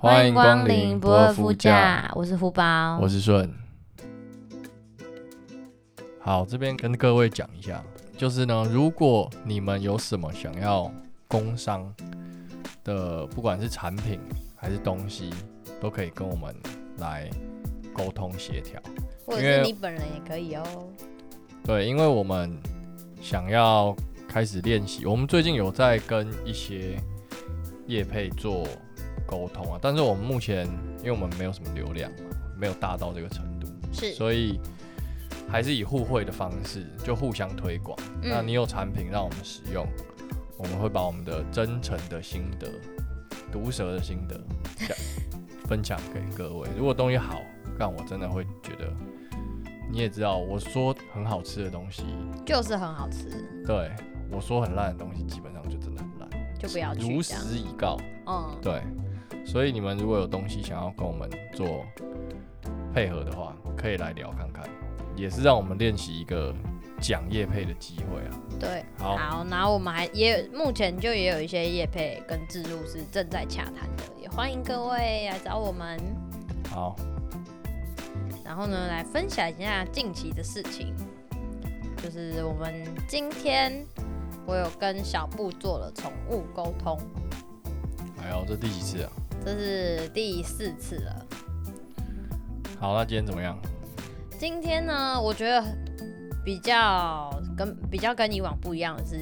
欢迎光临不二夫家，我是胡宝，我是顺。好，这边跟各位讲一下，就是呢，如果你们有什么想要工商的，不管是产品还是东西，都可以跟我们来沟通协调。或者因为是你本人也可以哦。对，因为我们想要开始练习，我们最近有在跟一些业配做沟通啊，但是我们目前因为我们没有什么流量嘛，没有大到这个程度，是，所以还是以互惠的方式，就互相推广。嗯那你有产品让我们使用，我们会把我们的真诚的心得、毒舌的心得讲分享给各 位。如果东西好，但我真的会觉得，你也知道，我说很好吃的东西，就是很好吃，对我说很烂的东西，基本上就真的很烂，就不要去如这样。实以告。嗯，对，所以你们如果有东西想要跟我们做配合的话，可以来聊看看，也是让我们练习一个讲业配的机会啊。对。好，好，然后我们还也有目前就也有一些业配跟制度是正在洽谈的，也欢迎各位来找我们，好，然后呢来分享一下近期的事情。就是我们今天我有跟小布做了宠物沟通，哎呦，这第几次啊？这是第四次了。好，那今天怎么样？今天呢，我觉得比较跟比较跟以往不一样的是，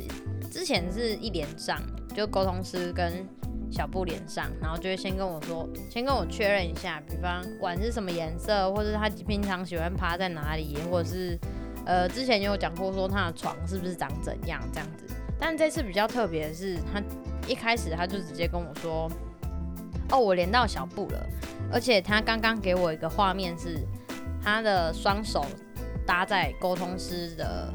之前是一连上，就沟通师跟小布连上，然后就会先跟我说，先跟我确认一下，比方碗是什么颜色，或者他平常喜欢趴在哪里，或者是呃之前有讲过说他的床是不是长怎样这样子。但这次比较特别的是，他一开始他就直接跟我说，哦，我连到小布了，而且他刚刚给我一个画面是。他的双手搭在沟通师的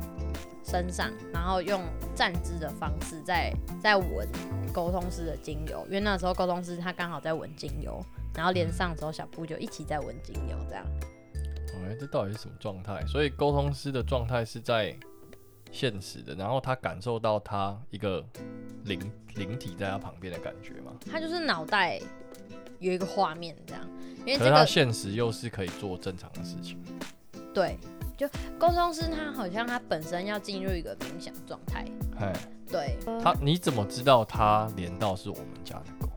身上，然后用站姿的方式在在闻沟通师的精油，因为那时候沟通师他刚好在闻精油，然后连上之后小布就一起在闻精油，这样哎、这到底是什么状态？所以沟通师的状态是在现实的，然后他感受到他一个灵灵体在他旁边的感觉嘛。他就是脑袋有一个画面这样，因为可这是他个现实又是可以做正常的事情。对，就沟通师他好像他本身要进入一个冥想状态，哎，对，他你怎么知道他连到是我们家的狗？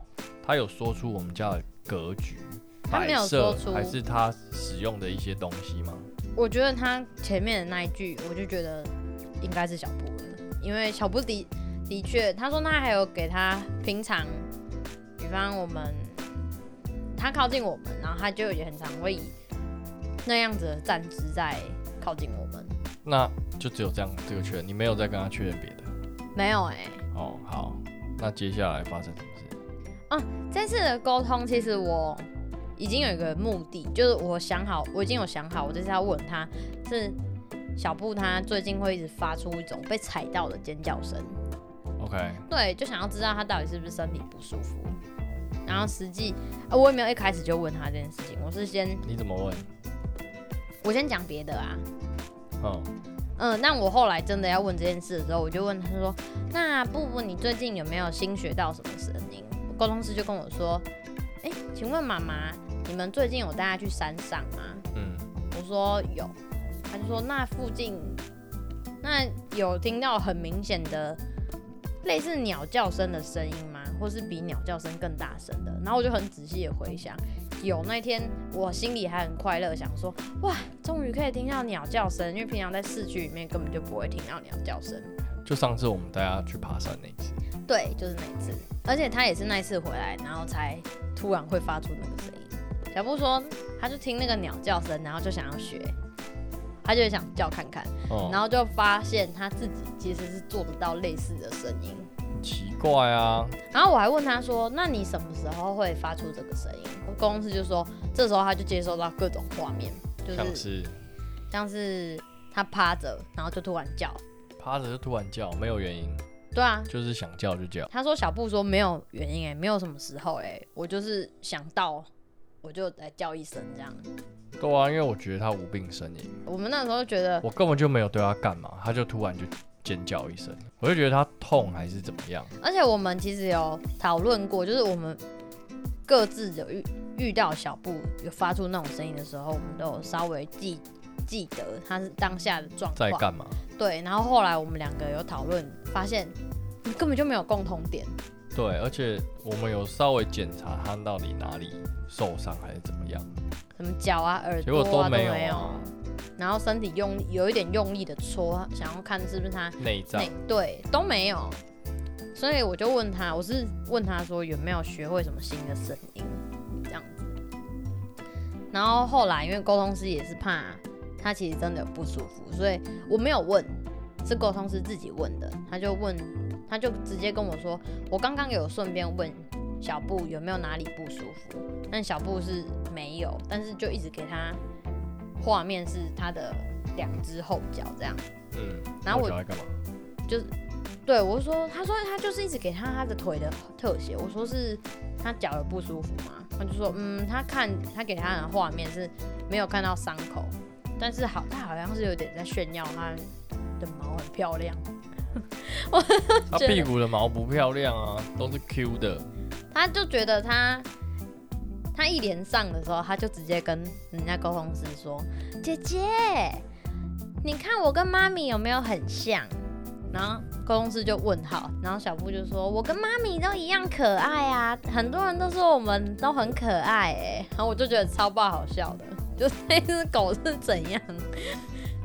他有说出我们家的格局、他没摆有设说，出还是他使用的一些东西吗？我觉得他前面的那一句，我就觉得应该是小布了，因为小布的的确，他说他还有给他平常，比方我们他靠近我们，然后他就也很常会以那样子的站姿在靠近我们。那就只有这样这个确认，你没有再跟他确认别的。没有哎、哦，好，那接下来发生什么事？这次的沟通其实我已经有一个目的，就是我想好，我已经有想好，我这次要问他是小布他最近会一直发出一种被踩到的尖叫声。 OK，对，就想要知道他到底是不是身体不舒服。然后实际，呃，我也没有一开始就问他这件事情，我是先你怎么问？我先讲别的啊，嗯，嗯，但我后来真的要问这件事的时候，我就问他说：“那布布，你最近有没有新学到什么声音？”沟通师就跟我说：“哎，请问妈妈，你们最近有带他去山上吗？”嗯，我说有，他就说那附近那有听到很明显的类似鸟叫声的声音吗？或是比鸟叫声更大声的？然后我就很仔细的回想，有那天我心里还很快乐，想说哇，终于可以听到鸟叫声，因为平常在市区里面根本就不会听到鸟叫声。就上次我们带他去爬山那一次，对，就是那一次，而且他也是那一次回来，然后才突然会发出那个声音。小布说，他就听那个鸟叫声，然后就想要学，他就想叫看看，哦、然后就发现他自己其实是做不到类似的声音。很奇怪啊，然后我还问他说：“那你什么时候会发出这个声音？”公司就说，这时候他就接收到各种画面，就像是是像是他趴着，然后就突然叫。趴着就突然叫，没有原因，对啊，就是想叫就叫。他说小布说没有原因哎、没有什么时候哎、我就是想到我就来叫一声这样。对啊，因为我觉得他无病呻吟，我们那时候就觉 得我根本就没有对他干嘛，他就突然就尖叫一声，我就觉得他痛还是怎么样。而且我们其实有讨论过，就是我们各自有遇遇到小布有发出那种声音的时候，我们都有稍微记记得他是当下的状在况。干嘛？对，然后后来我们两个有讨论，发现嗯根本就没有共同点。对，而且我们有稍微检查他到底哪里受伤还是怎么样，什么脚啊、耳结朵果啊都没没有啊，，然后身体用有一点用力的搓，想要看是不是他内脏那对都没有，所以我就问他，我是问他说有没有学会什么新的声音这样子，然后后来因为沟通师也是怕他其实真的有不舒服，所以我没有问，是沟通师自己问的，他就问，他就直接跟我说，我刚刚有顺便问小布有没有哪里不舒服，但小布是没有，但是就一直给他画面是他的两只后脚这样。嗯，然后我脚在干嘛？对，我就说，他说他就是一直给他他的腿的特写，我说是他脚有不舒服嘛，他就说嗯，他看他给他的画面是没有看到伤口，但是好，他好像是有点在炫耀他的毛很漂亮，他觉得屁股的毛不漂亮啊，都是 Q 的，他就觉得他他一连上的时候，他就直接跟人家沟通师说，姐姐，你看我跟妈咪有没有很像？然后沟通师就问号，然后小布就说：“我跟妈咪都一样可爱啊，很多人都说我们都很可爱哎、然后我就觉得超爆好笑的，就那只狗是怎样？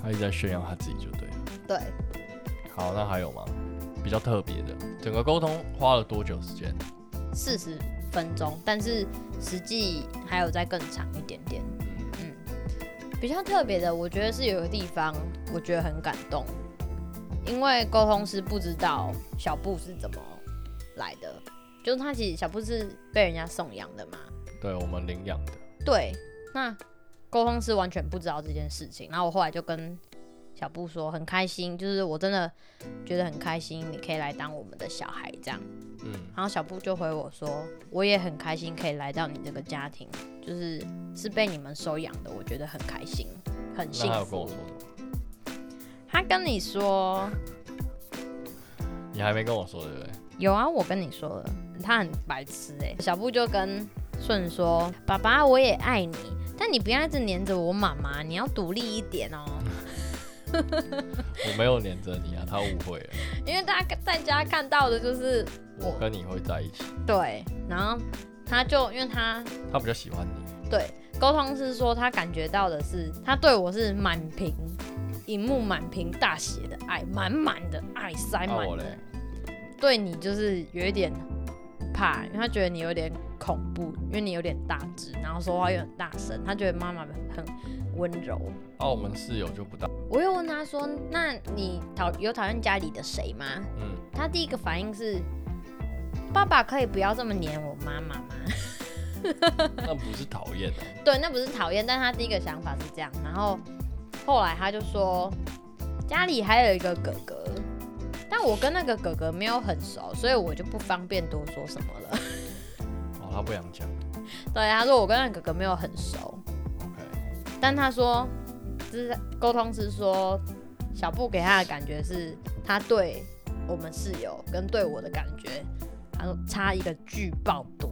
他一直在炫耀他自己就对了。对，好，那还有吗？比较特别的，整个沟通花了多久时间？四十分钟，但是实际还有再更长一点点。嗯，比较特别的，我觉得是有个地方，我觉得很感动，因为沟通师不知道小布是怎么来的，就是他其实小布是被人家送养的嘛，对我们领养的，对，那沟通师完全不知道这件事情。然后我后来就跟小布说，很开心，就是我真的觉得很开心，你可以来当我们的小孩这样。嗯，然后小布就回我说，我也很开心可以来到你这个家庭，就是是被你们收养的，我觉得很开心，很那幸他有跟我福说。什么？他跟你说你还没跟我说对不对？有啊，我跟你说了，他很白痴哎、小布就跟顺说，爸爸我也爱你，但你不要一直黏着我妈妈，你要独立一点哦、我没有黏着你啊，他误会了，因为大家在家看到的就是我跟你会在一起，对，然后他就因为他他比较喜欢你，对沟通是说他感觉到的是他对我是满屏，荧幕满屏大写的爱，满满的爱塞啊满我的，嘞，对你就是有一点怕，因为他觉得你有点恐怖，因为你有点大只，然后说话又很大声，他觉得妈妈很温柔。啊我们室友就不大，我又问他说：“那你讨有讨厌家里的谁吗？”嗯，他第一个反应是：“爸爸可以不要这么黏我妈妈吗 那不是讨厌 啊，？”对，那不是讨厌，但他第一个想法是这样。然后后来他就说，家里还有一个哥哥，但我跟那个哥哥没有很熟，所以我就不方便多说什么了。哦，他不想讲对，他说我跟那个哥哥没有很熟， ，OK，但他说，就是沟通是说，小布给他的感觉是，他对我们室友跟对我的感觉，他说差一个巨爆多。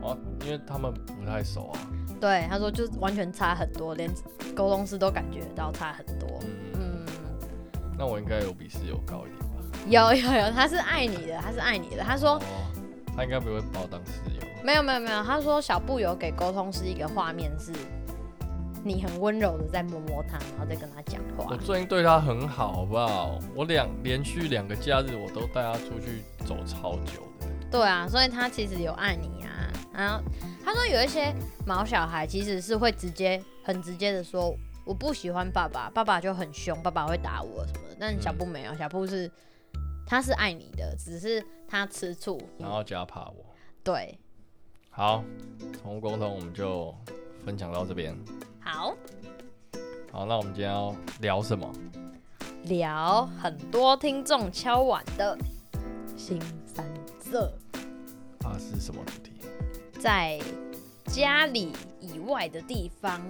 哦，因为他们不太熟啊，对，他说就是完全差很多，连沟通师都感觉到差很多。嗯，嗯，那我应该有比室友高一点吧？有有有，他是爱你的，他是爱你的。他说哦，他应该不会把我当室友，没有没有没有，他说小布有给沟通师一个画面是，你很温柔的在摸摸他，然后再跟他讲话我。最近对他很好，好不好？我两连续两个假日我都带他出去走超久的。对啊，所以他其实有爱你啊。然后他说有一些毛小孩其实是会直接很直接的说我不喜欢爸爸，爸爸就很凶，爸爸会打我什么的。但小布没有，小布是他是爱你的，只是他吃醋。然后加怕我。对，好，宠物沟通我们就分享到这边。好好，那我们今天要聊什么？聊很多听众敲碗的新三色，啊，是什么主题？在家里以外的地方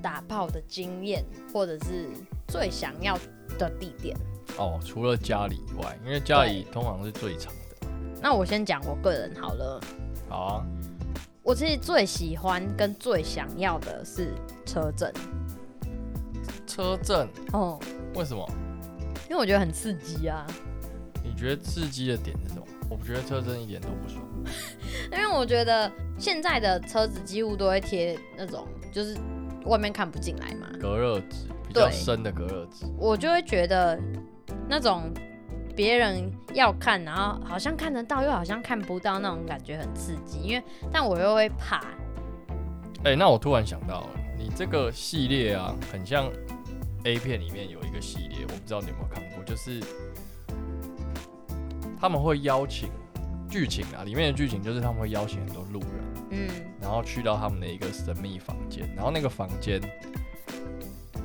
打炮的经验，或者是最想要的地点。哦，除了家里以外，因为家里通常是最长的。那我先讲我个人好了，好啊，我其实最喜欢跟最想要的是车震车震哦，为什么？因为我觉得很刺激啊。你觉得刺激的点是什么？我觉得车震一点都不爽。因为我觉得现在的车子几乎都会贴那种，就是外面看不进来嘛，隔热纸比较对深的隔热纸，我就会觉得那种别人要看，然后好像看得到，又好像看不到那种感觉很刺激。因为但我又会怕，哎、那我突然想到了，你这个系列啊，很像 A 片里面有一个系列，我不知道你有没有看过，就是他们会邀请剧情啊，里面的剧情就是他们会邀请很多路人，嗯，然后去到他们的一个神秘房间，然后那个房间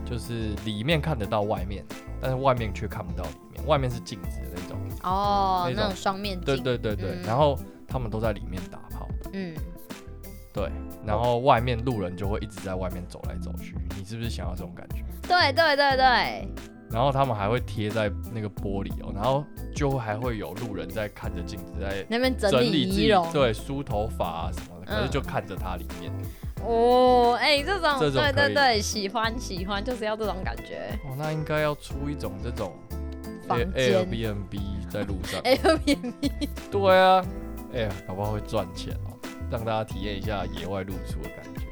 就是里面看得到外面，但是外面却看不到里面，外面是镜子的那种，哦那，种那种双面镜，对对对对，嗯然后他们都在里面打炮。嗯，对，然后外面路人就会一直在外面走来走去，你是不是想要这种感觉？对对对对，然后他们还会贴在那个玻璃哦，然后就还会有路人在看着镜子在那边整整理理自仪己容，对梳头发啊什么的，可是嗯就看着它里面。哦，哎、这种这种对可以对对，喜欢喜欢，就是要这种感觉。哦，那应该要出一种这种房 A- 间 Airbnb 在路上。哎、又变对啊，哎呀，搞不好会赚钱哦，让大家体验一下野外露出的感觉。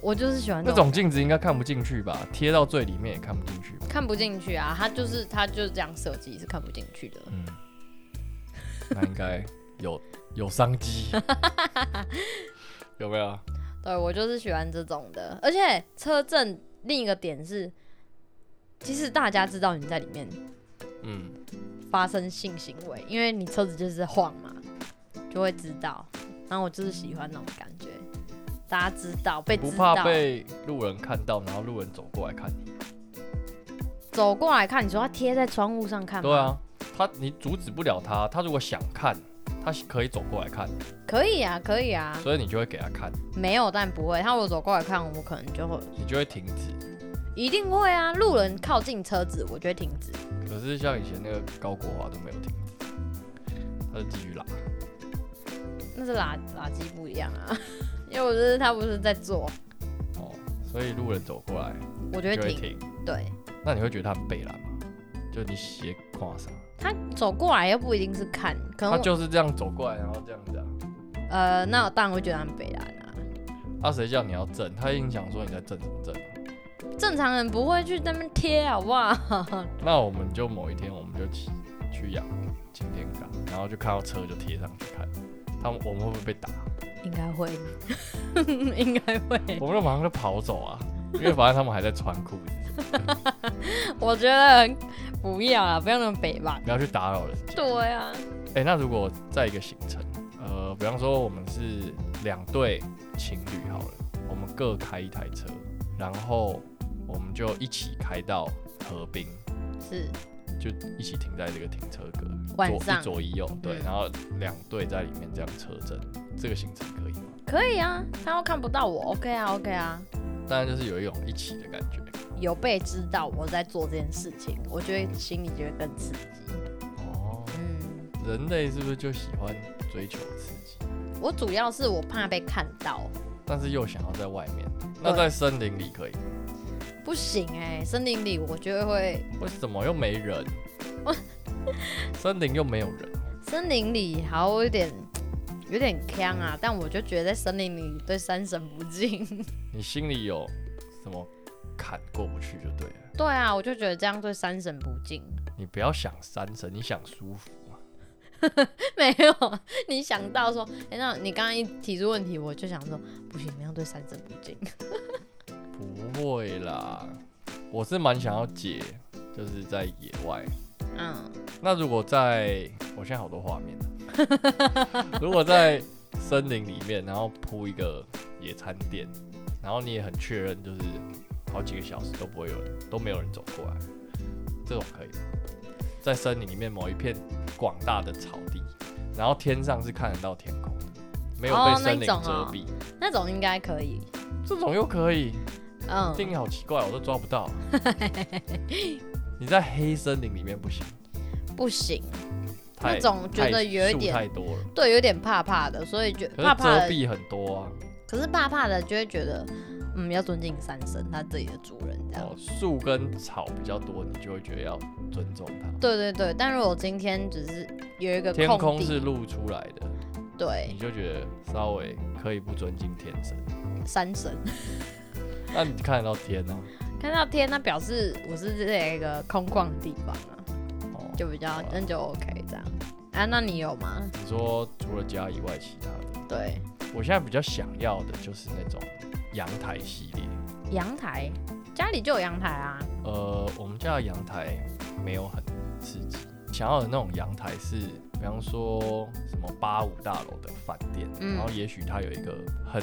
我就是喜欢那这种镜子应该看不进去吧？贴到最里面也看不进去吧？看不进去啊，他就是他就是这样设计是看不进去的。嗯， 那应该有有商 机，有没有？对我就是喜欢这种的，而且车震另一个点是，其实大家知道你在里面嗯，发生性行为，因为你车子就是晃嘛，就会知道。然后我就是喜欢那种感觉，大家知道被不知道怕，被路人看到，然后路人走过来看你。走过来看，你说他贴在窗户上看吗？对，啊，他你阻止不了他，他如果想看，他可以走过来看，可以啊，可以啊，所以你就会给他看，没有但不会。他如果走过来看，我可能就会你就会停止。一定会啊，路人靠近车子，我就会停止。可是像以前那个高国华都没有停止，他就继续拉。那是垃垃圾不一样啊， 因为我觉得他不是在做，哦，所以路人走过来我就你会就会停。停。对那你会觉得他很被拦吗？就你斜跨上，他走过来又不一定是看，可他能我就是这样走过来，然后这样子啊。呃，那我当然会觉得很北兰啊。啊，谁叫你要震？他一定想说你在震什么震？正常人不会去那边贴，好不好？那我们就某一天，我们就去去养擎天岗，然后就看到车就贴上去看，他们我们会不会被打？ 应该会， 应该会。我们就马上就跑走啊，因为反正他们还在穿裤子，我觉得很不要啦，不要那么北吧。不要去打扰人家。对啊，哎、那如果在一个行程，呃，比方说我们是两对情侣好了，我们各开一台车，然后我们就一起开到河滨，是就一起停在这个停车格，晚左上一左一右，对，嗯然后两队在里面这样车震，这个行程可以吗？可以啊，他又看不到我，OK 啊，OK 啊，当然就是有一种一起的感觉。有被知道我在做这件事情，我觉得心里就会更刺激。哦，嗯，人类是不是就喜欢追求刺激，我主要是我怕被看到，但是又想要在外面？那在森林里可以吗？不行哎、森林里我就会为什么又没人？森林又没有人，森林里好有点有点呛啊，但我就觉得在森林里对山神不 敬。你心里有什么坎过不去就对了。对啊，我就觉得这样对山神不 敬。你不要想山神，你想舒服嘛。没有，你想到说，哎、那你刚刚一提出问题，我就想说，不行，那样对山神不敬。不会啦，我是蛮想要解，就是在野外。嗯，那如果在，我现在好多画面啊。 如果在森林里面，然后铺一个野餐垫，然后你也很确认，就是好几个小时都不会有人，都没有人走过来，这种可以吗？在森林里面某一片广大的草地，然后天上是看得到天空的，没有被哦森林那种遮哦蔽， 那种应该可以。这种又可以。嗯，定义好奇怪，我都抓不 到。你在黑森林里面不行，不行，太那种觉得有太一数点太多了，对，有点怕怕的，所以就可怕是怕遮的，蔽很多啊。可是怕怕的就会觉得，嗯，要尊敬三神，他自己的主人这样。哦，树跟草比较多，你就会觉得要尊重它。对对对，但如果今天只是有一个天空地是露出来的，对你就觉得稍微可以不尊敬天神。山神，那你看得到天啊呢、 看到天，那表示我是在一个空旷的地方啊，哦，就比较好啦那就 OK 这样。啊，那你有吗？你说除了家以外，其他的，对，我现在比较想要的就是那种阳台系列。阳台，家里就有阳台啊。呃，我们家的阳台没有很刺激，想要的那种阳台是，比方说什么八五大楼的饭店，嗯然后也许它有一个很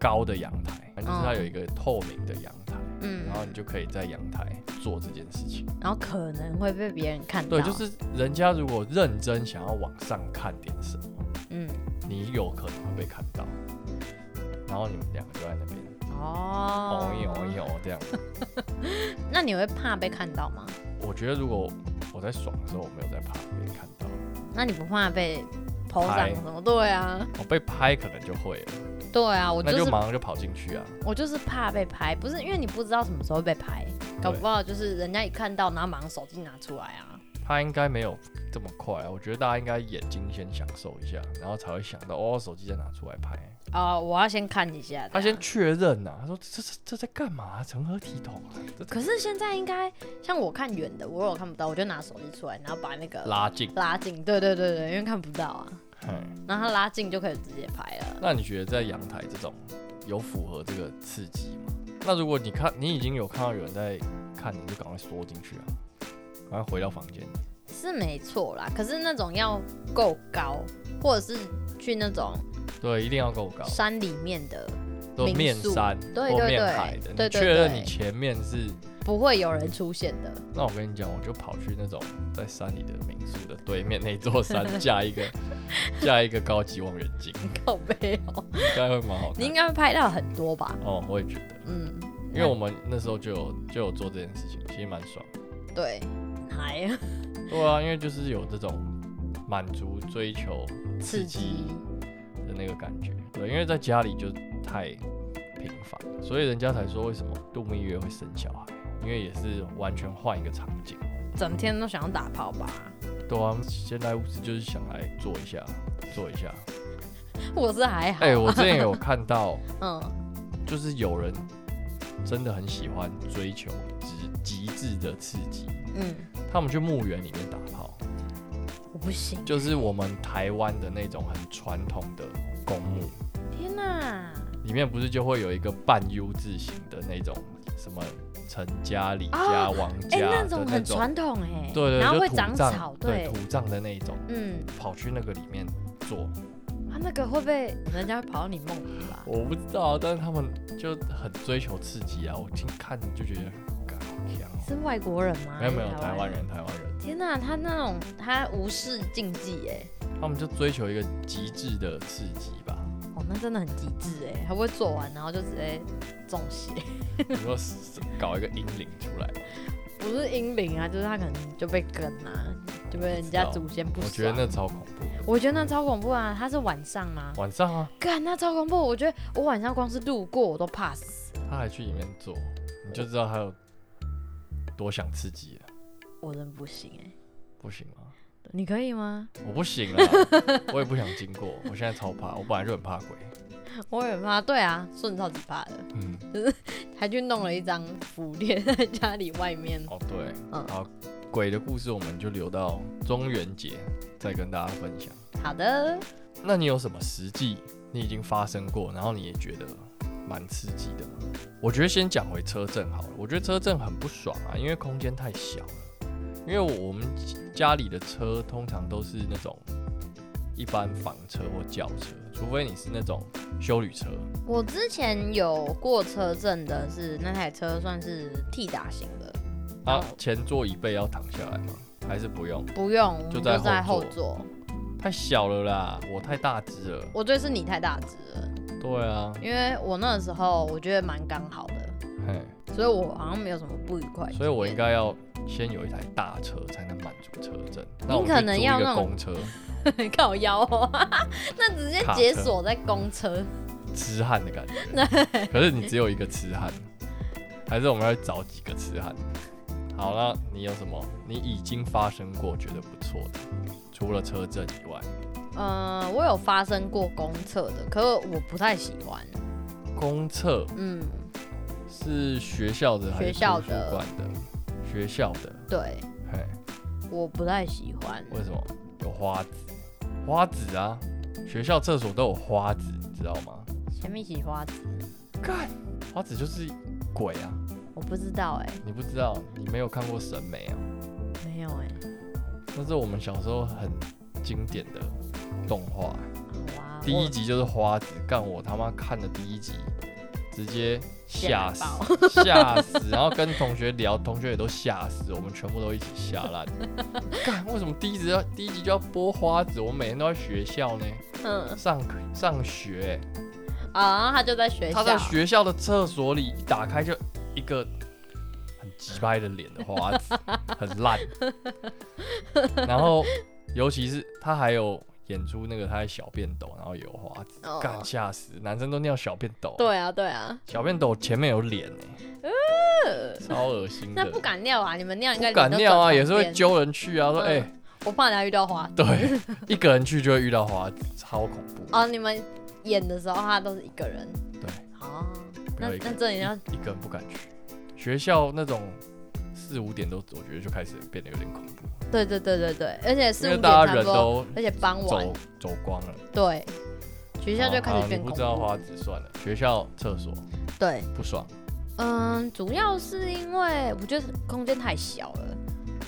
高的阳台，反正就是它有一个透明的阳台，嗯，然后你就可以在阳台做这件事情。然后可能会被别人看到，对，就是人家如果认真想要往上看点什么，嗯，你有可能会被看到，然后你们两个就在那边哦哦一哦一哦这样。那你会怕被看到吗？我觉得如果我在爽的时候，我没有在怕被看到。那你不怕被头上拍什么？对啊，我哦被拍可能就会了，对啊，我那是就马上就跑进去啊。我就是怕被拍，不是因为你不知道什么时候被拍，搞不好就是人家一看到，然后马上手机拿出来啊。他应该没有这么快啊，我觉得大家应该眼睛先享受一下，然后才会想到哦，手机再拿出来拍。啊、我要先看一下。他这先样，确认呐、啊，他说这这这在干嘛、成何体统啊？这可是现在应该像我看远的，我如果看不到，我就拿手机出来，然后把那个拉近。拉近。对对对对，因为看不到啊，嗯，然后它拉近就可以直接拍了。那你觉得在阳台这种有符合这个刺激吗？那如果你看你已经有看到有人在看你，就赶快缩进去啊，赶快回到房间。是没错啦，可是那种要够高，或者是去那种对，一定要够高，山里面的，都民面宿山对或对面对海的，对你对确认对你前面是不会有人出现的。 那我跟你讲，我就跑去那种在山里的民宿的对面那座山架一个架一个高级望远镜，靠背 哦，应该会蛮好你应看。该会拍到很多吧？哦，我也觉得，嗯，因为我们那时候就有就有做这件事情，其实蛮爽。对，还对啊，因为就是有这种满足追求刺刺激激，的那个感觉。对，因为在家里就太平凡了，所以人家才说为什么度蜜月会生小孩，因为也是完全换一个场景。整天都想要打炮吧？对啊，先来屋子就是想来做一下，做一下。我是还好，哎、我之前有看到，嗯，就是有人真的很喜欢追求极极致的刺激，嗯，他们去墓园里面打炮，我不行，就是我们台湾的那种很传统的公墓，天哪！里面不是就会有一个半 U 字形的那种什么陈家、李家、哦王家哎、的那种很传统哎、对对，然后就会土长葬草，对对，土葬的那一种，嗯，跑去那个里面做，他那个会不会人家会跑到你梦里吧？我不知道，但是他们就很追求刺激啊，我听看就觉得，干好强哦。是外国人吗？没有没有还，是台湾人，台湾人，天呐，他那种他无视禁忌哎，他们就追求一个极致的刺激吧。 哦，那真的很极致哎，他会做完然后就直接中邪， 你说是搞一个阴灵出来，不是阴灵啊，就是他可能就被跟啊，就被人家祖先不我爽。觉得那超恐怖的。我觉得那超恐怖啊！他是晚上吗？晚上啊，干，那超恐怖！我觉得我晚上光是路过我都怕死。他还去里面做，你就知道他有多想刺激了。我真不行哎、不行吗？你可以吗？我不行 了，我也不想经过。我现在超怕，我本来就很怕鬼。我很怕，对啊，顺超级怕的，嗯，还去弄了一张符贴在家里外面。哦对，嗯好，鬼的故事我们就留到中元节再跟大家分享。好的，那你有什么实际你已经发生过，然后你也觉得蛮刺激的吗？我觉得先讲回车震好了，我觉得车震很不爽啊，因为空间太小了。因为我们家里的车通常都是那种一般房车或轿车，除非你是那种修旅车，我之前有过车震的是那台车算是 T 打型的，啊哦，前座椅背要躺下来吗？还是不用？不用，我们就就在在后后座座。太小了啦，我太大只了。我觉得是你太大只了，对啊，因为我那个时候我觉得蛮刚好的，嘿，所以我好像没有什么不愉快的经验。所以我应该要先有一台大车才能满足车震。那你我们可就能租要一个那种公车， 靠腰哦，那直接解锁在公车，痴汉的感 觉。可是你只有一个痴汉，还是我们要找几个痴汉？好了，那你有什么你已经发生过觉得不错的？除了车震以外，呃，我有发生过公厕的，可我不太喜欢，公厕嗯，是学校的还是学图校书的馆的？学校的，对，嘿，我不太喜欢，为什么有花子？花子啊，学校厕所都有花子，你知道吗？前面起花子，干，花子就是鬼啊！我不知道哎、你不知道，你没有看过审美啊？没有哎、那是我们小时候很经典的动画、好啊，第我一集就是花子，干我他妈看的第一集，直接吓死吓，吓死，然后跟同学聊，同学也都吓死，我们全部都一起吓烂。干，为什么第一集要第一集就要播花子？我每天都在学校呢，嗯上课上学欸、啊，他就在学校，他在学校的厕所里一打开就一个很急掰的脸的花子， 很烂。然后尤其是他还有演出那个他的小便斗，然后有花子，哦干吓死，男生都尿小便斗，，对啊对啊，小便斗前面有脸欸超恶心的。呃那不敢尿啊，你们尿应该不敢尿啊，脸也都是会转旁边，揪人去啊，说哎、嗯我怕等下遇到花对，一个人去就会遇到花子，超恐怖。哦，你们演的时候他都是一个人对。哦，不那要一个那人这里要一个人不敢去。学校那种四五点都，我觉得就开始变得有点恐怖，对对对对对，而且因四为五大家点差人不多，都而且傍晚走走光了。对，学校就开好好始你变不恐知道怖。花子算了，学校厕所对，不爽，嗯，主要是因为我觉得空间太小了，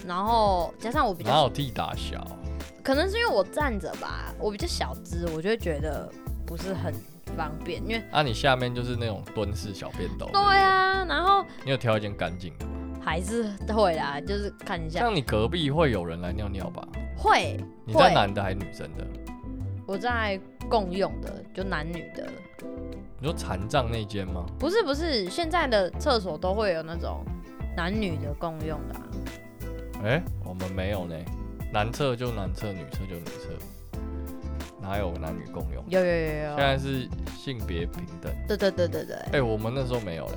然后加上我比哪较，有地大小？啊可能是因为我站着吧，我比较小只，我就会觉得不是很方便，因为啊，你下面就是那种蹲式小便斗，对啊，然后你有挑一间干净的吧？还是会啦，就是看一下像你隔壁会有人来尿尿吧？会，你在会男的还是女生的？我在共用的就男女的，你说残障那间吗？不是不是，现在的厕所都会有那种男女的共用的、啊，哎、我们没有呢，男厕就男厕，女厕就女厕，哪有男女共用？有有有有现有，在是性别平等。对对对对对。哎、我们那时候没有嘞。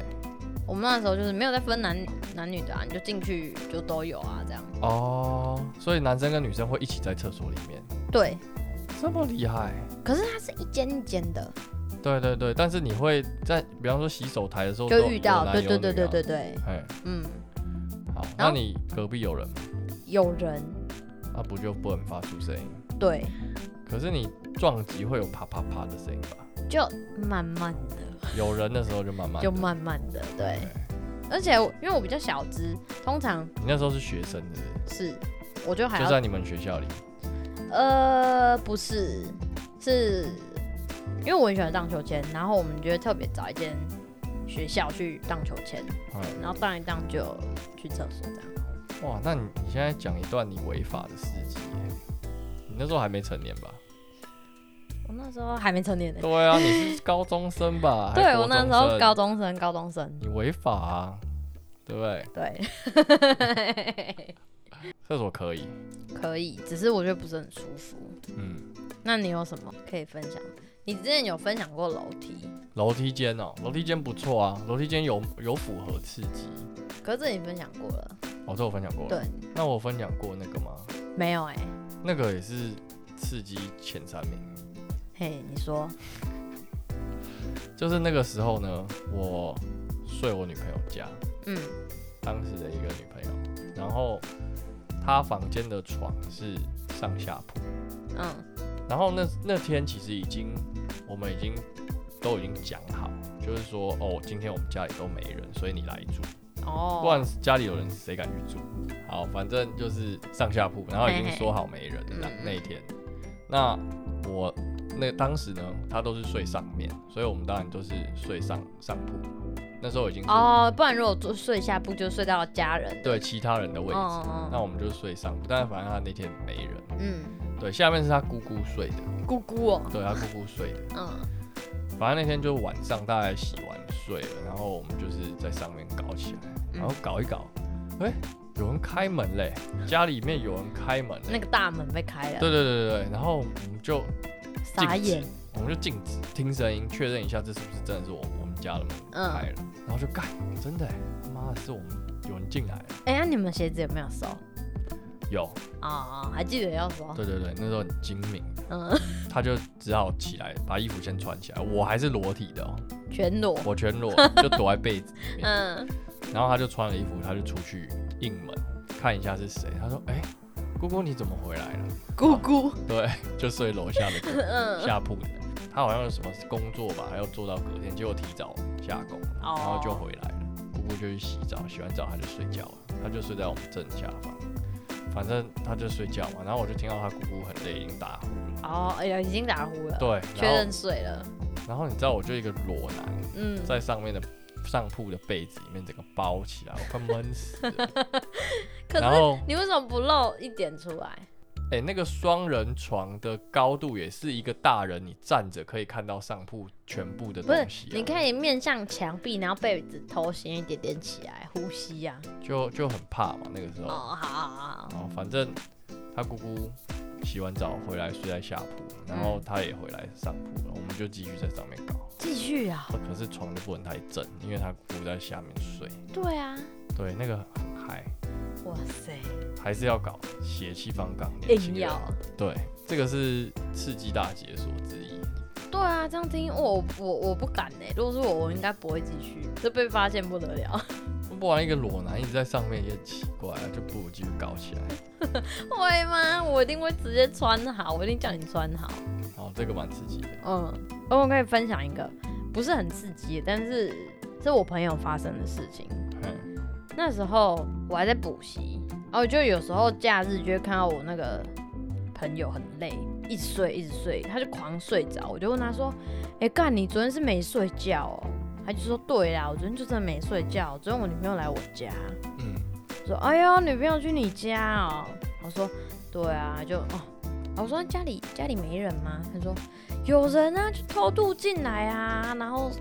我们那时候就是没有在分男男女的啊，你就进去就都有啊，这样。哦，所以男生跟女生会一起在厕所里面，对，这么厉害？可是它是一间一间的，对对对，但是你会在，比方说洗手台的时候就都遇到，有男对有对女对啊对对。对，哎，嗯，好，然那后你隔壁有人吗，有人，那不就不能发出声音？对，可是你撞击会有啪啪啪的声音吧？就慢慢的，有人的时候就慢慢的。就慢慢的，对。而且我因为我比较小只，通常你那时候是学生是不是我就还是？就要在你们学校里。呃不是，是因为我很喜欢荡秋千，然后我们就会特别找一间学校去荡秋千，嗯，然后荡一荡就去厕所这样。哇，那你你现在讲一段你违法的事迹耶，你那时候还没成年吧？我那时候还没成年呢、 对啊，你是高中生 吧？还对国我那中时候生高中生，高中生，你违法啊，对不对？对，厕所可以，可以，只是我觉得不是很舒服。嗯，那你有什么可以分享？你之前有分享过楼梯，楼梯间哦，楼梯间不错啊，楼梯间有有符合刺激，可是你分享过了，哦，这我分享过了。对，那我分享过那个吗？没有哎、那个也是刺激前三名，嘿，你说，就是那个时候呢，我睡我女朋友家，嗯，当时的一个女朋友，然后她房间的床是上下铺，嗯，然后那那天其实已经我们已经都已经讲好，就是说哦，今天我们家里都没人，所以你来住，不哦，然家里有人谁敢去住？好，反正就是上下铺，然后已经说好没人嘿嘿那嗯嗯那一天，那我那当时呢，他都是睡上面，所以我们当然都是睡上上铺。那时候已经是、哦，不然如果做睡下铺就睡到家人，对其他人的位置，嗯那我们就睡上铺，但是反正他那天没人。嗯，对，下面是他姑姑睡的，姑姑哦，对他姑姑睡的。嗯，反正那天就晚上大概洗完睡了，然后我们就是在上面搞起来，嗯然后搞一搞，哎、有人开门嘞，家里面有人开门嘞，那个大门被开了，对对对对对，然后我们就傻禁止眼，我们就静止听声音，确认一下这是不是真的是我我们家的门嗯，开了，然后就干，真的欸，他妈的是我们有人进来了，哎、呀，你们鞋子有没有收？有，哦，还记得要收，对对对，那时候很精明，嗯，他就只好起来把衣服先穿起来，我还是裸体的、哦，全裸，我全裸就躲在被子里面，嗯，然后他就穿了衣服，他就出去应门看一下是谁，他说，哎、姑姑你怎么回来了？姑姑，对，就睡楼下的客嗯，下铺的，他好像有什么工作吧，还要做到隔天，结果提早下工，然后就回来了。姑姑就去洗澡，洗完澡他就睡觉了，他就睡在我们正下方。反正他就睡觉嘛，然后我就听到他姑姑很累，已经打呼了。哦，哎呀，已经打呼了，对，确然认后水了，然后你知道，我就一个裸男嗯，在上面的上铺的被子里面，整个包起来，我快闷死 了。可然是后，你为什么不露一点出来？哎、那个双人床的高度也是一个大人，你站着可以看到上铺全部的不东是西、，啊。你可以面向墙壁，然后被子头型一点点起来，呼吸呀、就就很怕嘛，那个时候。哦，好好好，然后反正他姑姑洗完澡回来睡在下铺，然后嗯他也回来上铺了，我们就继续在上面搞。继续啊，可是床就不能太正，因为他姑姑在下面睡。对啊，对，那个很嗨，哇塞，还是要搞血气方刚，年轻人硬要。，对，这个是刺激大解锁之一。对啊，这样听我我我不敢呢、如果是我，我应该不会继续，这被发现不得了。 不然一个裸男一直在上面也很奇怪啊，就不如继续搞起来。会吗？我一定会直接穿好，我一定叫你穿好。然后哦这个蛮刺激的，嗯，哦我可以分享一个，不是很刺激，但是是我朋友发生的事情。嗯，那时候我还在补习，哦，就有时候假日就会看到我那个朋友很累，一直睡一直睡，他就狂睡着。我就问他说：“哎、干，你昨天是没睡觉哦？”他就说：“对啦，我昨天就真的没睡觉。昨天我女朋友来我家，嗯我说：‘哎呦，女朋友去你家哦？’我说：‘对啊。’就哦，我说家里家里没人吗？他说：‘有人啊，就偷渡进来啊。’然后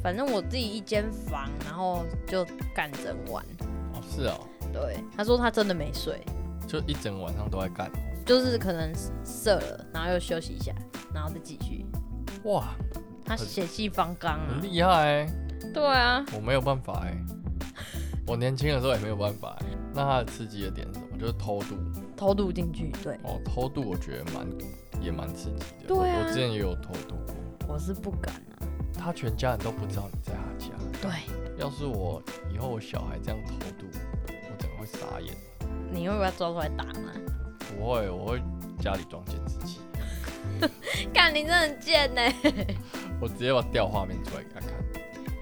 反正我自己一间房，然后就干整晚。哦是哦，对，他说他真的没睡，就一整晚上都在干。就是可能射了，然后又休息一下，然后再继续。哇，他血气方刚啊很！厉害欸、对啊，我没有办法哎、 我年轻的时候也没有办法、欸。那它的刺激的点是什么？就是偷渡偷渡进去。对，哦，偷渡我觉得蛮也蛮刺激的。对啊我我之前也有偷渡过，我是不敢啊。他全家人都不知道你在他家。对，要是我以后我小孩这样偷渡，我整个会傻眼。你会把他抓出来打吗？不会，我会家里装监视器，干，你真的很贱呢、欸我直接把调画面出来给他看。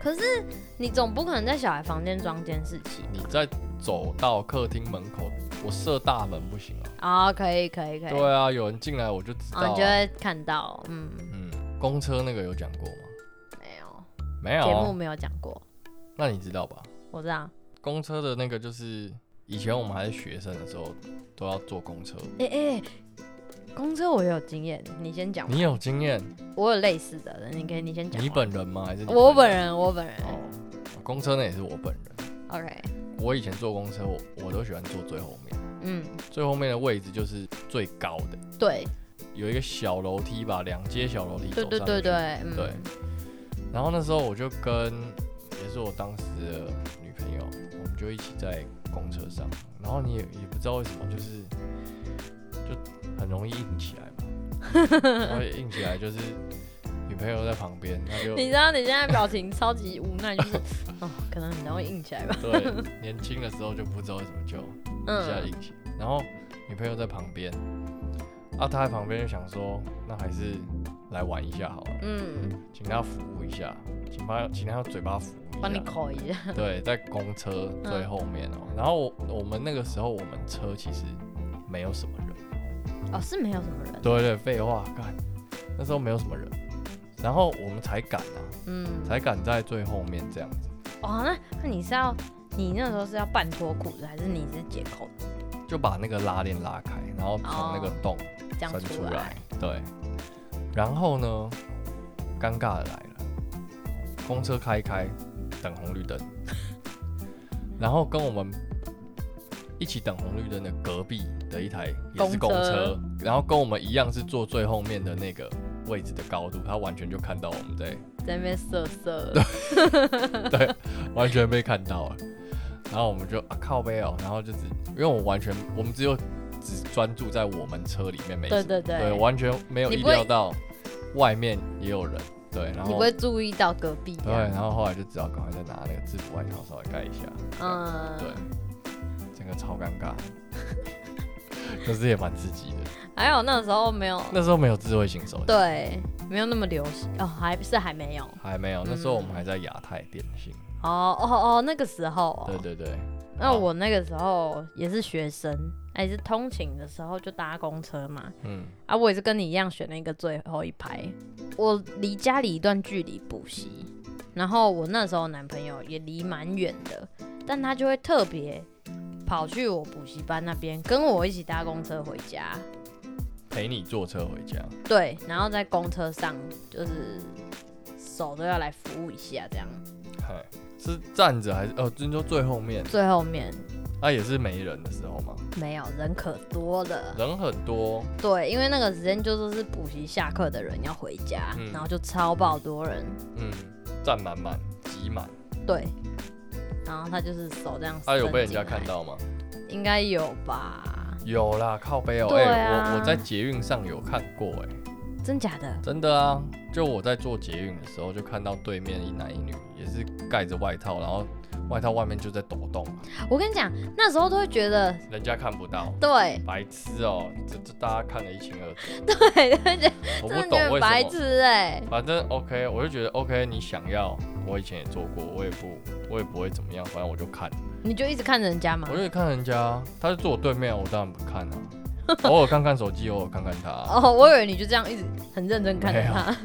可是你总不可能在小孩房间装监视器你在走到客厅门口，我设大门不行啊。啊、可以，可以，可以。对啊，有人进来我就知道、哦，啊。你就会看到，嗯，嗯，公车那个有讲过吗？没有，没有。啊节目没有讲过，那你知道吧？我知道。公车的那个就是以前我们还是学生的时候都要坐公车。哎、哎、公车我也有经验，你先讲吧。你有经验？我有类似的，你可以你先讲完。你本人吗？还是你啊我本？人，我本人。哦，公车那也是我本人。 OK，我以前坐公车，我我都喜欢坐最后面，嗯，最后面的位置就是最高的，对，有一个小楼梯吧，两阶小楼梯走对上去对对对，。嗯，对，然后那时候我就跟也是我当时的女朋友，我们就一起在公车上，然后你也也不知道为什么，就是就很容易硬起来嘛， 然后硬起来就是女朋友在旁边，她就你知道你现在表情超级无 奈，就是哦，可能很容易硬起来吧。对年轻的时候就不知道为什么就一下嗯，硬起来，然后女朋友在旁边，啊，她在旁边就想说，那还是来玩一下好了，嗯，请她服务一下，请她请她用嘴巴服务一下，帮你口一下。对，在公车最后面哦、然后我我们那个时候我们车其实没有什么人。哦，是没有什么人。对对，废话，干，那时候没有什么人，然后我们才敢啊，嗯，才敢在最后面这样子，哦，那那你是要你那时候是要半脱裤子，还是你是解扣子就把那个拉链拉开，然后从那个哦洞这样伸出出来？，对，然后呢，尴尬的来了，公车 开一开，等红绿灯，然后跟我们。一起等红绿灯的隔壁的一台也是公公车车，然后跟我们一样是坐最后面的那个位置的高度，他完全就看到我们在在那边瑟瑟，完全被看到了。然后我们就啊靠背哦，然后就只因为我完全我们只有只专注在我们车里面没对事对对，对，完全没有你意不会料到外面也有人，对，然你不后会注意到隔壁这对，样，然后后来就只好赶快再拿那个制服外套稍微盖一下，嗯，对，整个超尴尬，可是也蛮刺激的。还好那时候没有，那时候没有智慧型手机，对，没有那么流行哦，还是还没有，还没有，那嗯时候我们还在亚太电信，哦哦哦，那个时候、哦，对对对，那好我那个时候也是学生，哎，是通勤的时候就搭公车嘛，嗯，啊，我也是跟你一样选了一个最后一排，我离家里一段距离补习，然后我那时候男朋友也离蛮远的，但他就会特别跑去我补习班那边跟我一起搭公车回家，陪你坐车回家，对，然后在公车上就是手都要来服务一下这样，嗨，是站着还是哦？就是说最后面，最后面啊也是没人的时候嘛，没有人可多了。人很多，对，因为那个时间就是是补习下课的人要回家，嗯然后就超爆多人，嗯，站满满，挤满，对，然后他就是手这样，啊有被人家看，到吗？应该有吧？有啦，靠背哦，对哎、啊我我在捷运上有看过、哎，真假的？真的啊，就我在坐捷运的时候，就看到对面一男一女，也是盖着外套，然后外套外面就在抖动，我跟你讲，那时候都会觉得，人家看不到。 对白痴哦、这这大家看得一清二楚，对，都会觉得我真的不觉懂为得很白什么。痴哎、反正 OK，我就觉得 OK，你想要，我以前也做过，我也不，我也不会怎么样，反正我就看，你就一直看人家嘛我。就看人家，他就坐我对面，我当然不看 啊，偶尔看看手机，偶尔看看他啊、哦，我以为你就这样一直很认真看着没有他，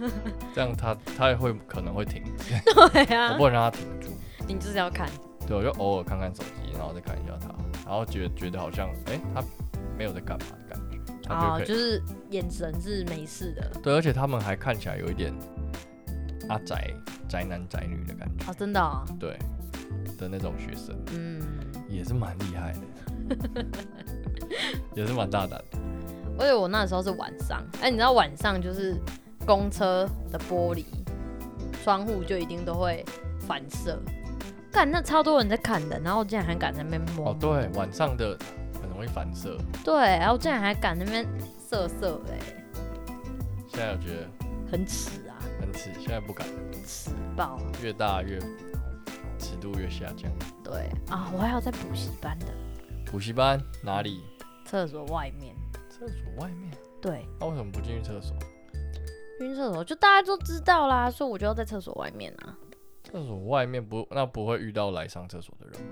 这样他他也会可能会停止，对我啊不，能让他停住，你就是要看，对，我就偶尔看看手机，然后再看一下他，然后觉得觉得好像，哎、他没有在干嘛的感觉，他就，哦可以，就是眼神是没事的，对，而且他们还看起来有一点阿宅宅男宅女的感觉。哦，真的、哦，对的那种学生，嗯。也是蛮厉害的，也是蛮大胆的。而且我那时候是晚上，哎、你知道晚上就是公车的玻璃窗户就一定都会反射，干那超多人在看的，然后我竟然还敢在那边摸，哦，对，晚上的很容易反射。对，然后我竟然还敢在那边射射、哎，现在我觉得很耻啊，很耻，现在不敢，耻爆，越大越尺度越下降。对啊，我还有在补习班的补习班哪里？厕所外面，厕所外面？对，那、为什么不进去厕所？因为厕所就大家都知道啦，所以我就要在厕所外面啊。厕所外面不，那不会遇到来上厕所的人吗？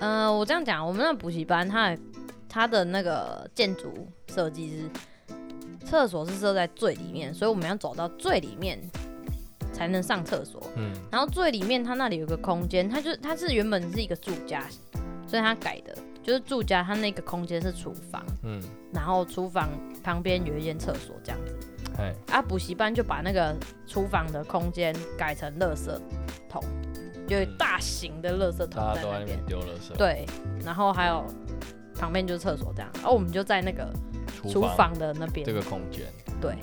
嗯，我这样讲，我们那补习班它的它的那个建筑设计是厕所是设在最里面，所以我们要走到最里面才能上厕所。嗯，然后最里面它那里有个空间，它就它是原本是一个住家，所以它改的就是住家，它那个空间是厨房，嗯，然后厨房旁边有一间厕所这样子。哎，啊，补习班就把那个厨房的空间改成垃圾桶，有嗯大型的垃圾桶大家在都在那那边边。丢垃圾。，对，然后还有旁边就是厕所这样，然后我们就在那个厨厨房房的那边。这个空间，对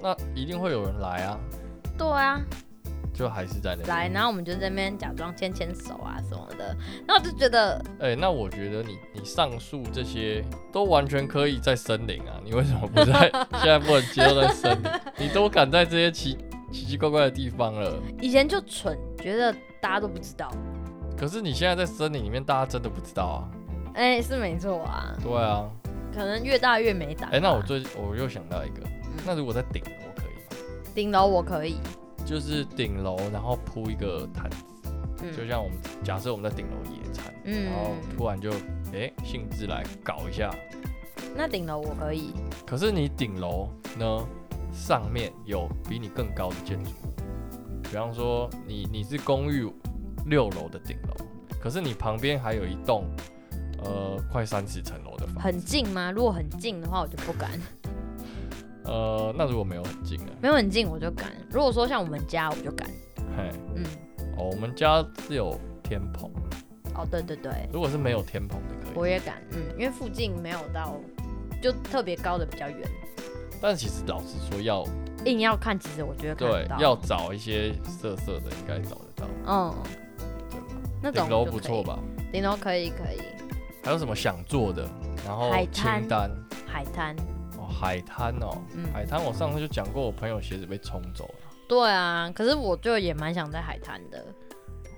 那一定会有人来啊，对啊，就还是在那边。来，然后我们就在那边假装牵牵手啊什么的，然后我就觉得哎、那我觉得你你上述这些都完全可以在森林啊，你为什么不 在现在不能接受在森林？你都敢在这些奇奇奇怪怪的地方了，以前就蠢，觉得大家都不知道，可是你现在在森林里面，大家真的不知道啊。哎、是没错啊，对啊，可能越大越没胆吧。哎、那我最我又想到一个，那如果在顶楼可以顶楼我可以，吗？就是顶楼，然后铺一个毯子，就嗯像我们假设我们在顶楼野餐，然后嗯，突然就哎、兴致来搞一下，那顶楼我可以，可是你顶楼呢，上面有比你更高的建筑物，比方说你你是公寓六楼的顶楼，可是你旁边还有一栋呃快三十层楼的房，很近吗？如果很近的话，我就不敢；呃，那如果没有很近呢？没有很近我就敢。如果说像我们家，我就敢。嘿，嗯，哦，我们家是有天棚，哦，对对对，如果是没有天棚的可以，活跃感，嗯，因为附近没有到就特别高的比较远，但其实老实说要，硬要看其实我觉得看对得到，要找一些色色的，应该找得到，嗯，对吧？那种顶楼就不可错以？吧？顶楼可以可以，还有什么想做的？然后海滩清单海滩，哦，海滩哦，嗯，海滩我上次就讲过，我朋友鞋子被冲走了。对啊，可是我就也蛮想在海滩的，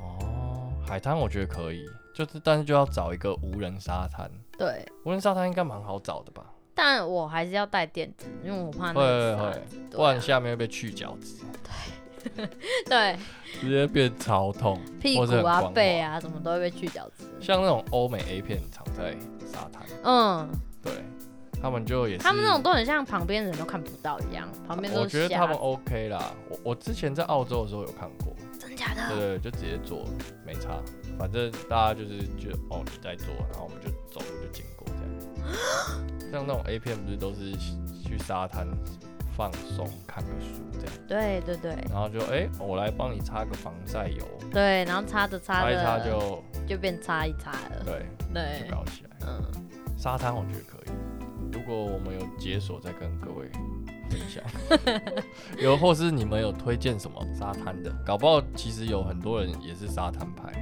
哦，海滩我觉得可以，就是但是就要找一个无人沙滩，对，无人沙滩应该蛮好找的吧？但我还是要带垫子，因为我怕会那个会沙子对不然啊下面会被去角质，对直接变超痛。屁或者很股啊光、滑背啊，什么都会被去角质。像那种欧美 A 片常在沙滩，嗯，对他们就也是他们那种都很像旁边人都看不到一样，旁边都我觉是得他虾们子。 OK 啦。我我之前在澳洲的时候有看过，真假对的？对，对就直接做，没差。反正大家就是就哦你在做，然后我们就走路就经过这样。像那种 A 片不是都是去沙滩放松看个书这样，对对对然后就哎、我来帮你擦个防晒油，对，然后擦着擦擦着一擦就就变擦一擦了。对对就，搞起来。嗯，沙滩我觉得可以，如果我们有解锁再跟各位分 享。有，或是你们有推荐什么沙滩的？搞不好其实有很多人也是沙滩派。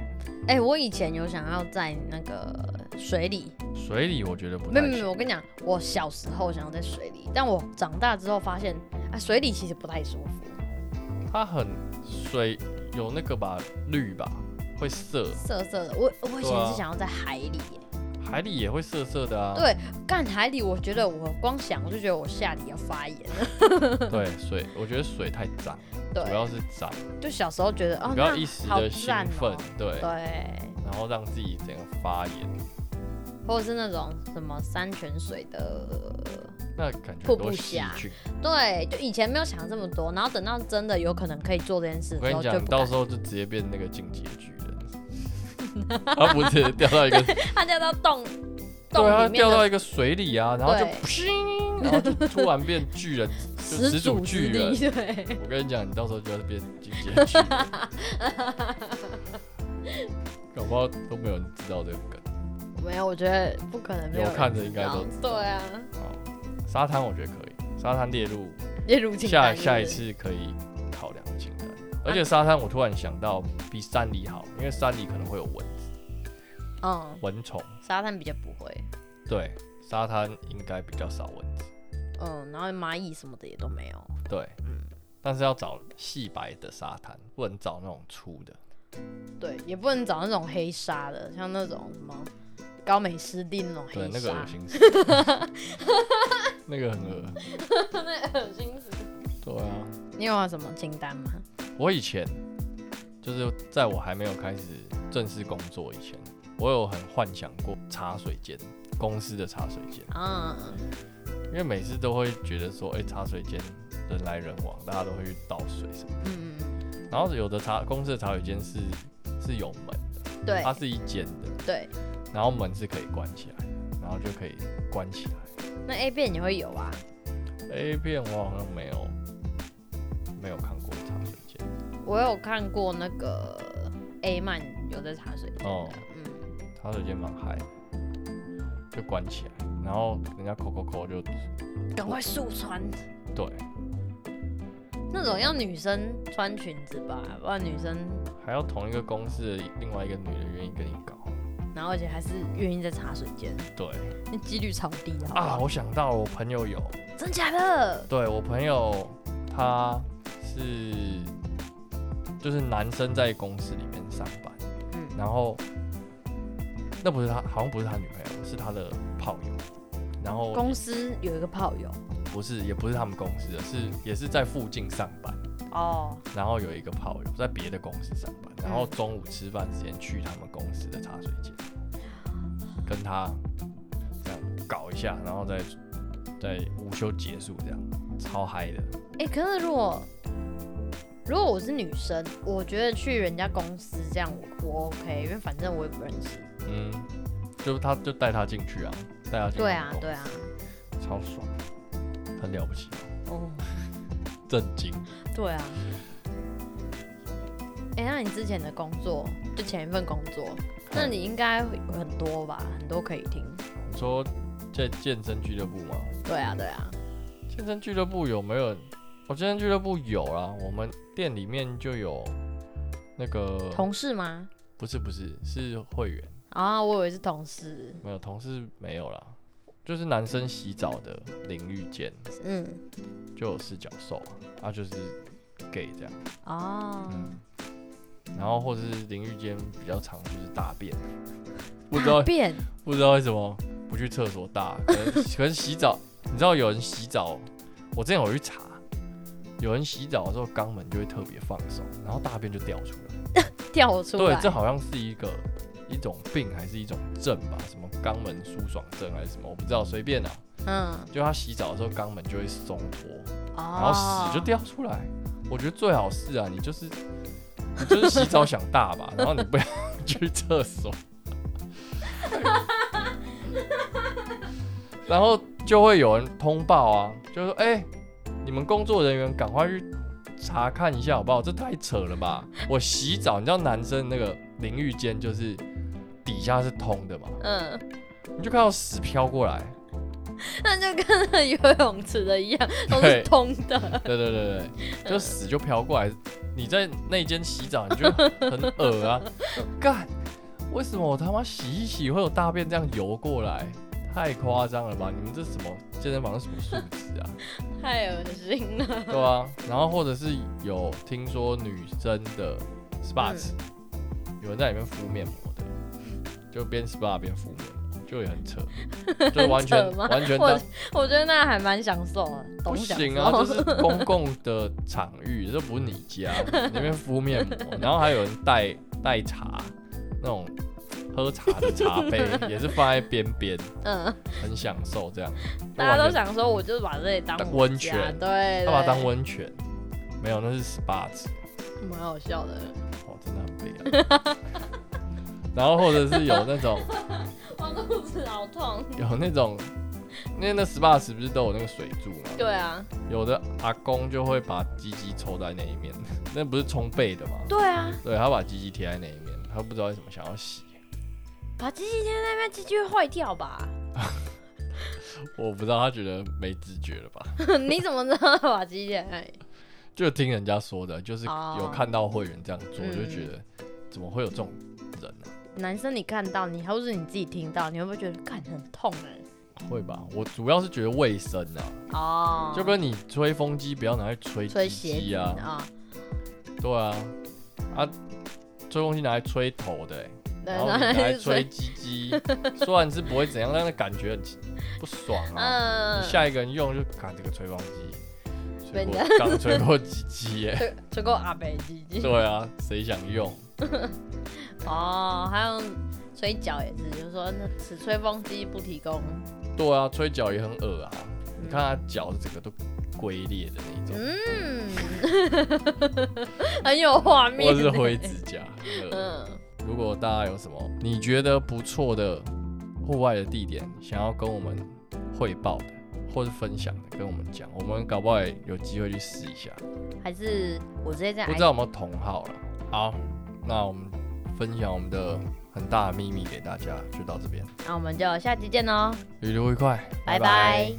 哎、我以前有想要在那个水里，水里我觉得不没太有没有没有，行。我跟你讲，我小时候想要在水里，但我长大之后发现，啊，水里其实不太舒服，它很水有那个吧绿吧，会涩，涩涩的。我我以对前啊是想要在海里耶、海里也会涩涩的啊。对，干海里，我觉得我光想我就觉得我下体要发炎了。对，水我觉得水太脏，主要对，是脏，就小时候觉得哦，不那要一时好的兴赞奋哦。，对，对，然后让自己整个发炎，或者是那种什么山泉水的，那感觉很瀑布多细下菌。对，就以前没有想这么多，然后等到真的有可能可以做这件事我跟之你后，就讲，不到敢时候就直接变那个进阶巨人， 他不是掉到一 个，对他掉到洞洞啊，里面掉到的一个水里啊，然后就对噗，然后就突然变巨人，就始祖祖之巨力，人。对，我跟你讲，你到时候就要变进阶 巨人，搞不好都没有人知道这个梗。没有，我觉得不可能没有有人看的应该都知知道道对啊，好，沙滩我觉得可以，沙滩列入例如清下单下一是次可以考量清单。而且沙滩我突然想到比山里好，因为山里可能会有蚊不是，嗯，蚊虫。沙滩比较不会，对，沙滩应该比较少蚊子。嗯，然后蚂蚁什么的也都没有。对，嗯但是要找细白的沙滩，不能找那种粗的。对，也不能找那种黑沙的，像那种什么高美湿地那种黑对，沙，那个恶心 死，那个很恶。那恶心死。对啊，你有什么清单吗？我以前就是在我还没有开始正式工作以前，我有很幻想过茶水间，公司的茶水间，啊，因为每次都会觉得说，哎、茶水间人来人往，大家都会去倒水什么。嗯，然后有的茶公司的茶水间是是有门的，对它是一间的。对，然后门是可以关起来，然后就可以关起来。那 A 片也会有啊。 A 片我好像没有没有看过茶水间我有看过那个 A 漫有在茶水间的，哦嗯，茶水间蛮嗨的，就关起来，然后人家扣扣扣就赶快速穿对，那种要女生穿裙子吧，不然女生，还要同一个公司的另外一个女的愿意跟你搞，然后而且还是愿意在茶水间，对那几率超低好不啊，好我想到我朋友有，真假的？对我朋友他是就是男生在公司里面上班，嗯，然后那不是他，好像不是他女朋友，是他的炮友。然后公司有一个炮友不是，也不是他们公司的，是也是在附近上班。哦，然后有一个炮友在别的公司上班，然后中午吃饭时间去他们公司的茶水间，跟他这样搞一下，然后再在午休结束这样，超嗨的。哎、可是如果如果我是女生，我觉得去人家公司这样我我 OK，因为反正我也不认识。嗯，就他就带他进去啊，带他进去对啊他们，公对啊，司，超爽，很了不起，哦，震惊。对啊。哎、哎、那你之前的工作，就前一份工作，那你应该有很多吧，很多可以听。你说在健身俱乐部吗？对啊，对啊，健身俱乐部有没有？我健身俱乐部有啦，我们店里面就有那个，同事吗？不是不是是会员，啊，我以为是同事。没有同事没有啦，就是男生洗澡的淋浴间嗯，就有四角兽啊，啊就是 gay 这样，哦，嗯，然后或者是淋浴间比较长就是大便，不知道大便不知道为什么不去厕所大，可能 可是洗澡，你知道有人洗澡，我之前有去查，有人洗澡的时候肛门就会特别放松，然后大便就掉出来。掉出对来，，这好像是一个一种病还是一种症吧？什么肛门舒爽症还是什么？我不知道，随便啊。嗯，就他洗澡的时候肛门就会松脱，哦，然后屎就掉出来。我觉得最好是啊，你就是你就是洗澡想大吧，然后你不要去厕所，然后就会有人通报啊，就说哎、你们工作人员赶快去查看一下好不好？这太扯了吧！我洗澡，你知道男生那个淋浴间就是底下是通的嘛，嗯，你就看到屎飘过来。那就跟那游泳池的一样，都对是通的。对对对对，就屎就飘过来。你在那间洗澡，你就很恶 啊！干，为什么我他妈洗一洗会有大便这样游过来？太夸张了吧！你们这什么健身房是什么素质啊？太恶心了。对啊，然后或者是有听说女生的 SPA 嗯池，有人在里面敷面膜的，就边 SPA 边敷面膜，就也很扯，就完全很扯吗完全我当我觉得那还蛮享受的，懂不享行受啊，这是 公共的场域， 这不是你家，你那边敷面 膜，然后还有人带带茶，那种喝茶的茶 杯也是放在边边，嗯，很享受这样。大家都就完想说，我就把这里当当我温家泉对，全干嘛对当温泉？没有，那是 SPA 池，蛮好笑的。哦，真的很悲哀。 然后或者是有那种我肚子好痛。有那种，因为那 SPA 池不是都有那个水柱吗？对啊，有的阿公就会把鸡鸡抽在那一面，那不是冲背的吗？对啊，对他把鸡鸡贴在那一面，他不知道为什么想要洗，把机器贴在那边，机器会坏掉吧？ 我不知道他觉得没知觉了吧？ 你怎么知道把机器贴在那里？就听人家说的，就是哦有看到会员这样做，嗯就觉得怎么会有这种人啊呢、男生你看到你，或是你自己听到，你会不会觉得干很痛哎？会吧？我主要是觉得卫生啊，哦，就跟你吹风机不要拿来吹吹鸡鞋鸡子啊，啊，对啊，啊，吹风机拿来吹头的、欸，对，然后然你拿来后吹， 鸡鸡，虽然是不会怎样，但那感觉很不爽啊。嗯，下一个人用就看这个吹风机，吹被过人刚吹过鸡鸡耶。吹吹过阿北机 器。对啊，谁想用？哦，还有吹脚也是，就是说那此吹风机不提供。对啊，吹脚也很恶啊。你看他脚整个都龟裂的那种，嗯，很有画面或欸。是灰指甲。很恶嗯，如果大家有什么你觉得不错的户外的地点，想要跟我们汇报的，或是分享的，跟我们讲，我们搞不好也有机会去试一下。还是我直接在不知道有没有同好了。好，那我们分享我们的很大的秘密给大家，就到这边，哦那我们就下期见喽，旅途愉快，拜拜